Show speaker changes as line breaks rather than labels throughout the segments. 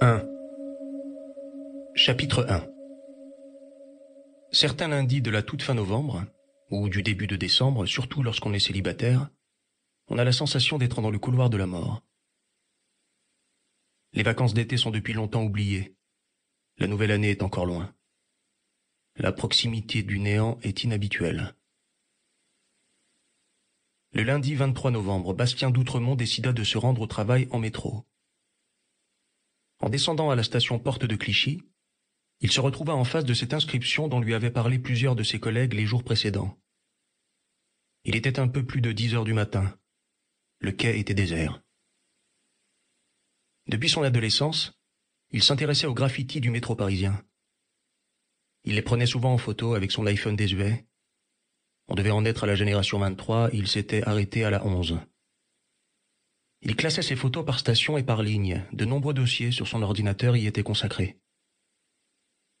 1 Chapitre 1 Certains lundis de la toute fin novembre, ou du début de décembre, surtout lorsqu'on est célibataire, on a la sensation d'être dans le couloir de la mort. Les vacances d'été sont depuis longtemps oubliées. La nouvelle année est encore loin. La proximité du néant est inhabituelle. Le lundi 23 novembre, Bastien d'Outremont décida de se rendre au travail en métro. En descendant à la station Porte de Clichy, il se retrouva en face de cette inscription dont lui avaient parlé plusieurs de ses collègues les jours précédents. Il était un peu plus de dix heures du matin. Le quai était désert. Depuis son adolescence, il s'intéressait aux graffitis du métro parisien. Il les prenait souvent en photo avec son iPhone désuet. On devait en être à la génération 23, il s'était arrêté à la 11. Il classait ses photos par station et par ligne. De nombreux dossiers sur son ordinateur y étaient consacrés.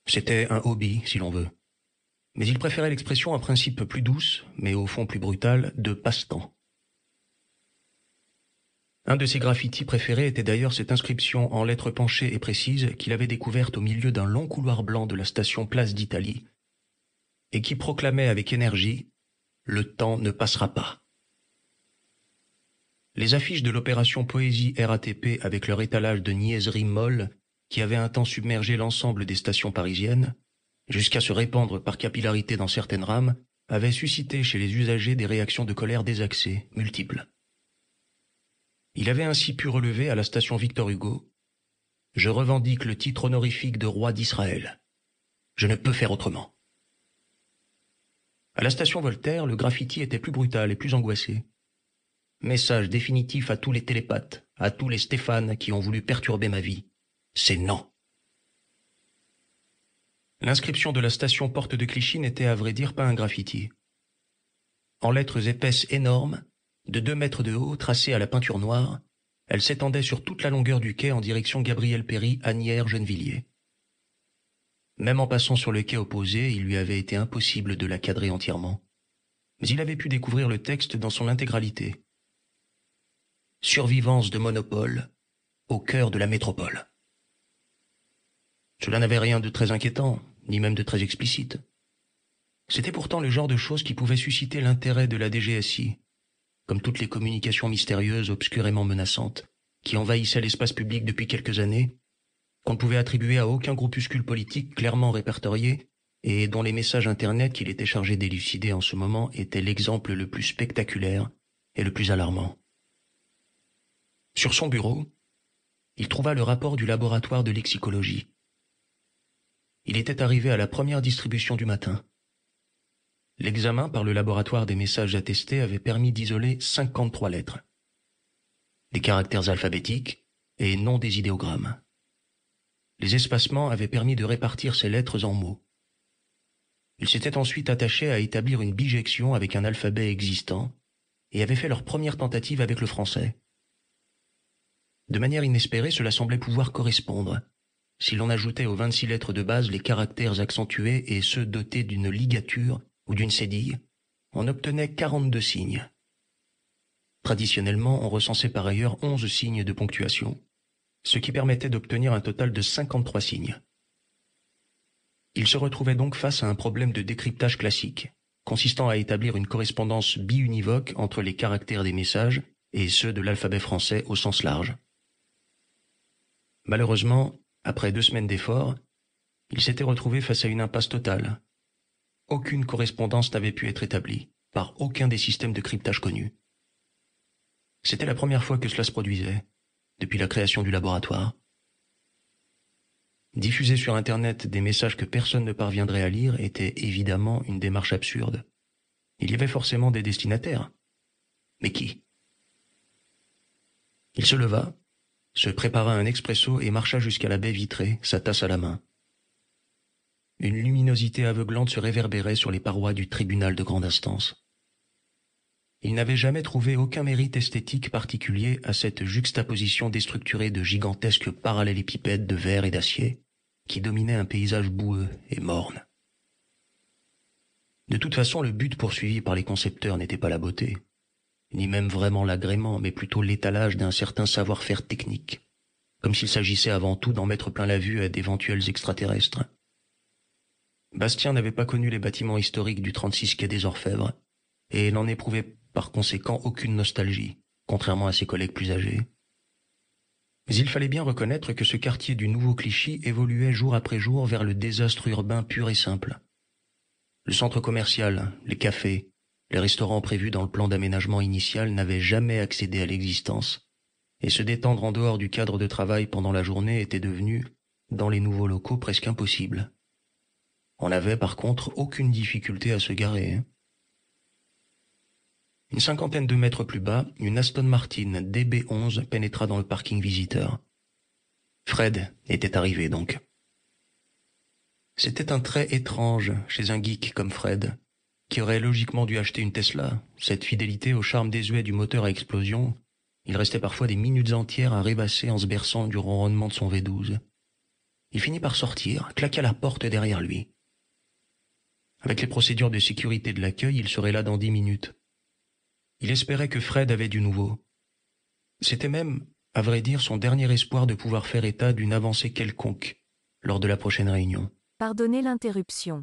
C'était un hobby, si l'on veut. Mais il préférait l'expression en principe plus douce, mais au fond plus brutale, de passe-temps. Un de ses graffitis préférés était d'ailleurs cette inscription en lettres penchées et précises qu'il avait découverte au milieu d'un long couloir blanc de la station Place d'Italie, et qui proclamait avec énergie Le temps ne passera pas. Les affiches de l'opération Poésie RATP avec leur étalage de niaiseries molles qui avait un temps submergé l'ensemble des stations parisiennes, jusqu'à se répandre par capillarité dans certaines rames, avaient suscité chez les usagers des réactions de colère désaxées, multiples. Il avait ainsi pu relever à la station Victor Hugo Je revendique le titre honorifique de roi d'Israël. Je ne peux faire autrement. À la station Voltaire, le graffiti était plus brutal et plus angoissé. Message définitif à tous les télépathes, à tous les Stéphanes qui ont voulu perturber ma vie. C'est non. L'inscription de la station Porte de Clichy n'était à vrai dire pas un graffiti. En lettres épaisses énormes, de deux mètres de haut, tracées à la peinture noire, elle s'étendait sur toute la longueur du quai en direction Gabriel Péry, Agnières, Gennevilliers. Même en passant sur le quai opposé, il lui avait été impossible de la cadrer entièrement. Mais il avait pu découvrir le texte dans son intégralité survivance de monopole au cœur de la métropole. Cela n'avait rien de très inquiétant, ni même de très explicite. C'était pourtant le genre de choses qui pouvait susciter l'intérêt de la DGSI, comme toutes les communications mystérieuses obscurément menaçantes qui envahissaient l'espace public depuis quelques années, qu'on ne pouvait attribuer à aucun groupuscule politique clairement répertorié et dont les messages Internet qu'il était chargé d'élucider en ce moment étaient l'exemple le plus spectaculaire et le plus alarmant. Sur son bureau, il trouva le rapport du laboratoire de lexicologie. Il était arrivé à la première distribution du matin. L'examen par le laboratoire des messages attestés avait permis d'isoler 53 lettres, des caractères alphabétiques et non des idéogrammes. Les espacements avaient permis de répartir ces lettres en mots. Ils s'étaient ensuite attachés à établir une bijection avec un alphabet existant et avaient fait leur première tentative avec le français. De manière inespérée, cela semblait pouvoir correspondre, si l'on ajoutait aux 26 lettres de base les caractères accentués et ceux dotés d'une ligature ou d'une cédille, on obtenait 42 signes. Traditionnellement, on recensait par ailleurs 11 signes de ponctuation, ce qui permettait d'obtenir un total de 53 signes. Il se retrouvait donc face à un problème de décryptage classique, consistant à établir une correspondance biunivoque entre les caractères des messages et ceux de l'alphabet français au sens large. Malheureusement, après deux semaines d'efforts, il s'était retrouvé face à une impasse totale. Aucune correspondance n'avait pu être établie par aucun des systèmes de cryptage connus. C'était la première fois que cela se produisait, depuis la création du laboratoire. Diffuser sur Internet des messages que personne ne parviendrait à lire était évidemment une démarche absurde. Il y avait forcément des destinataires. Mais qui Il se leva, se prépara un expresso et marcha jusqu'à la baie vitrée, sa tasse à la main. Une luminosité aveuglante se réverbérait sur les parois du tribunal de grande instance. Il n'avait jamais trouvé aucun mérite esthétique particulier à cette juxtaposition déstructurée de gigantesques parallélépipèdes de verre et d'acier qui dominaient un paysage boueux et morne. De toute façon, le but poursuivi par les concepteurs n'était pas la beauté, ni même vraiment l'agrément, mais plutôt l'étalage d'un certain savoir-faire technique, comme s'il s'agissait avant tout d'en mettre plein la vue à d'éventuels extraterrestres. Bastien n'avait pas connu les bâtiments historiques du 36 quai des Orfèvres, et n'en éprouvait par conséquent aucune nostalgie, contrairement à ses collègues plus âgés. Mais il fallait bien reconnaître que ce quartier du nouveau Clichy évoluait jour après jour vers le désastre urbain pur et simple. Le centre commercial, les cafés, les restaurants prévus dans le plan d'aménagement initial n'avaient jamais accédé à l'existence, et se détendre en dehors du cadre de travail pendant la journée était devenu, dans les nouveaux locaux, presque impossible. On n'avait par contre aucune difficulté à se garer. hein. Une cinquantaine de mètres plus bas, une Aston Martin DB11 pénétra dans le parking visiteur. Fred était arrivé donc. C'était un trait étrange chez un geek comme Fred, qui aurait logiquement dû acheter une Tesla. Cette fidélité au charme désuet du moteur à explosion, il restait parfois des minutes entières à rêvasser en se berçant du ronronnement de son V12. Il finit par sortir, claqua la porte derrière lui. Avec les procédures de sécurité de l'accueil, il serait là dans dix minutes. Il espérait que Fred avait du nouveau. C'était même, à vrai dire, son dernier espoir de pouvoir faire état d'une avancée quelconque lors de la prochaine réunion.
Pardonnez l'interruption.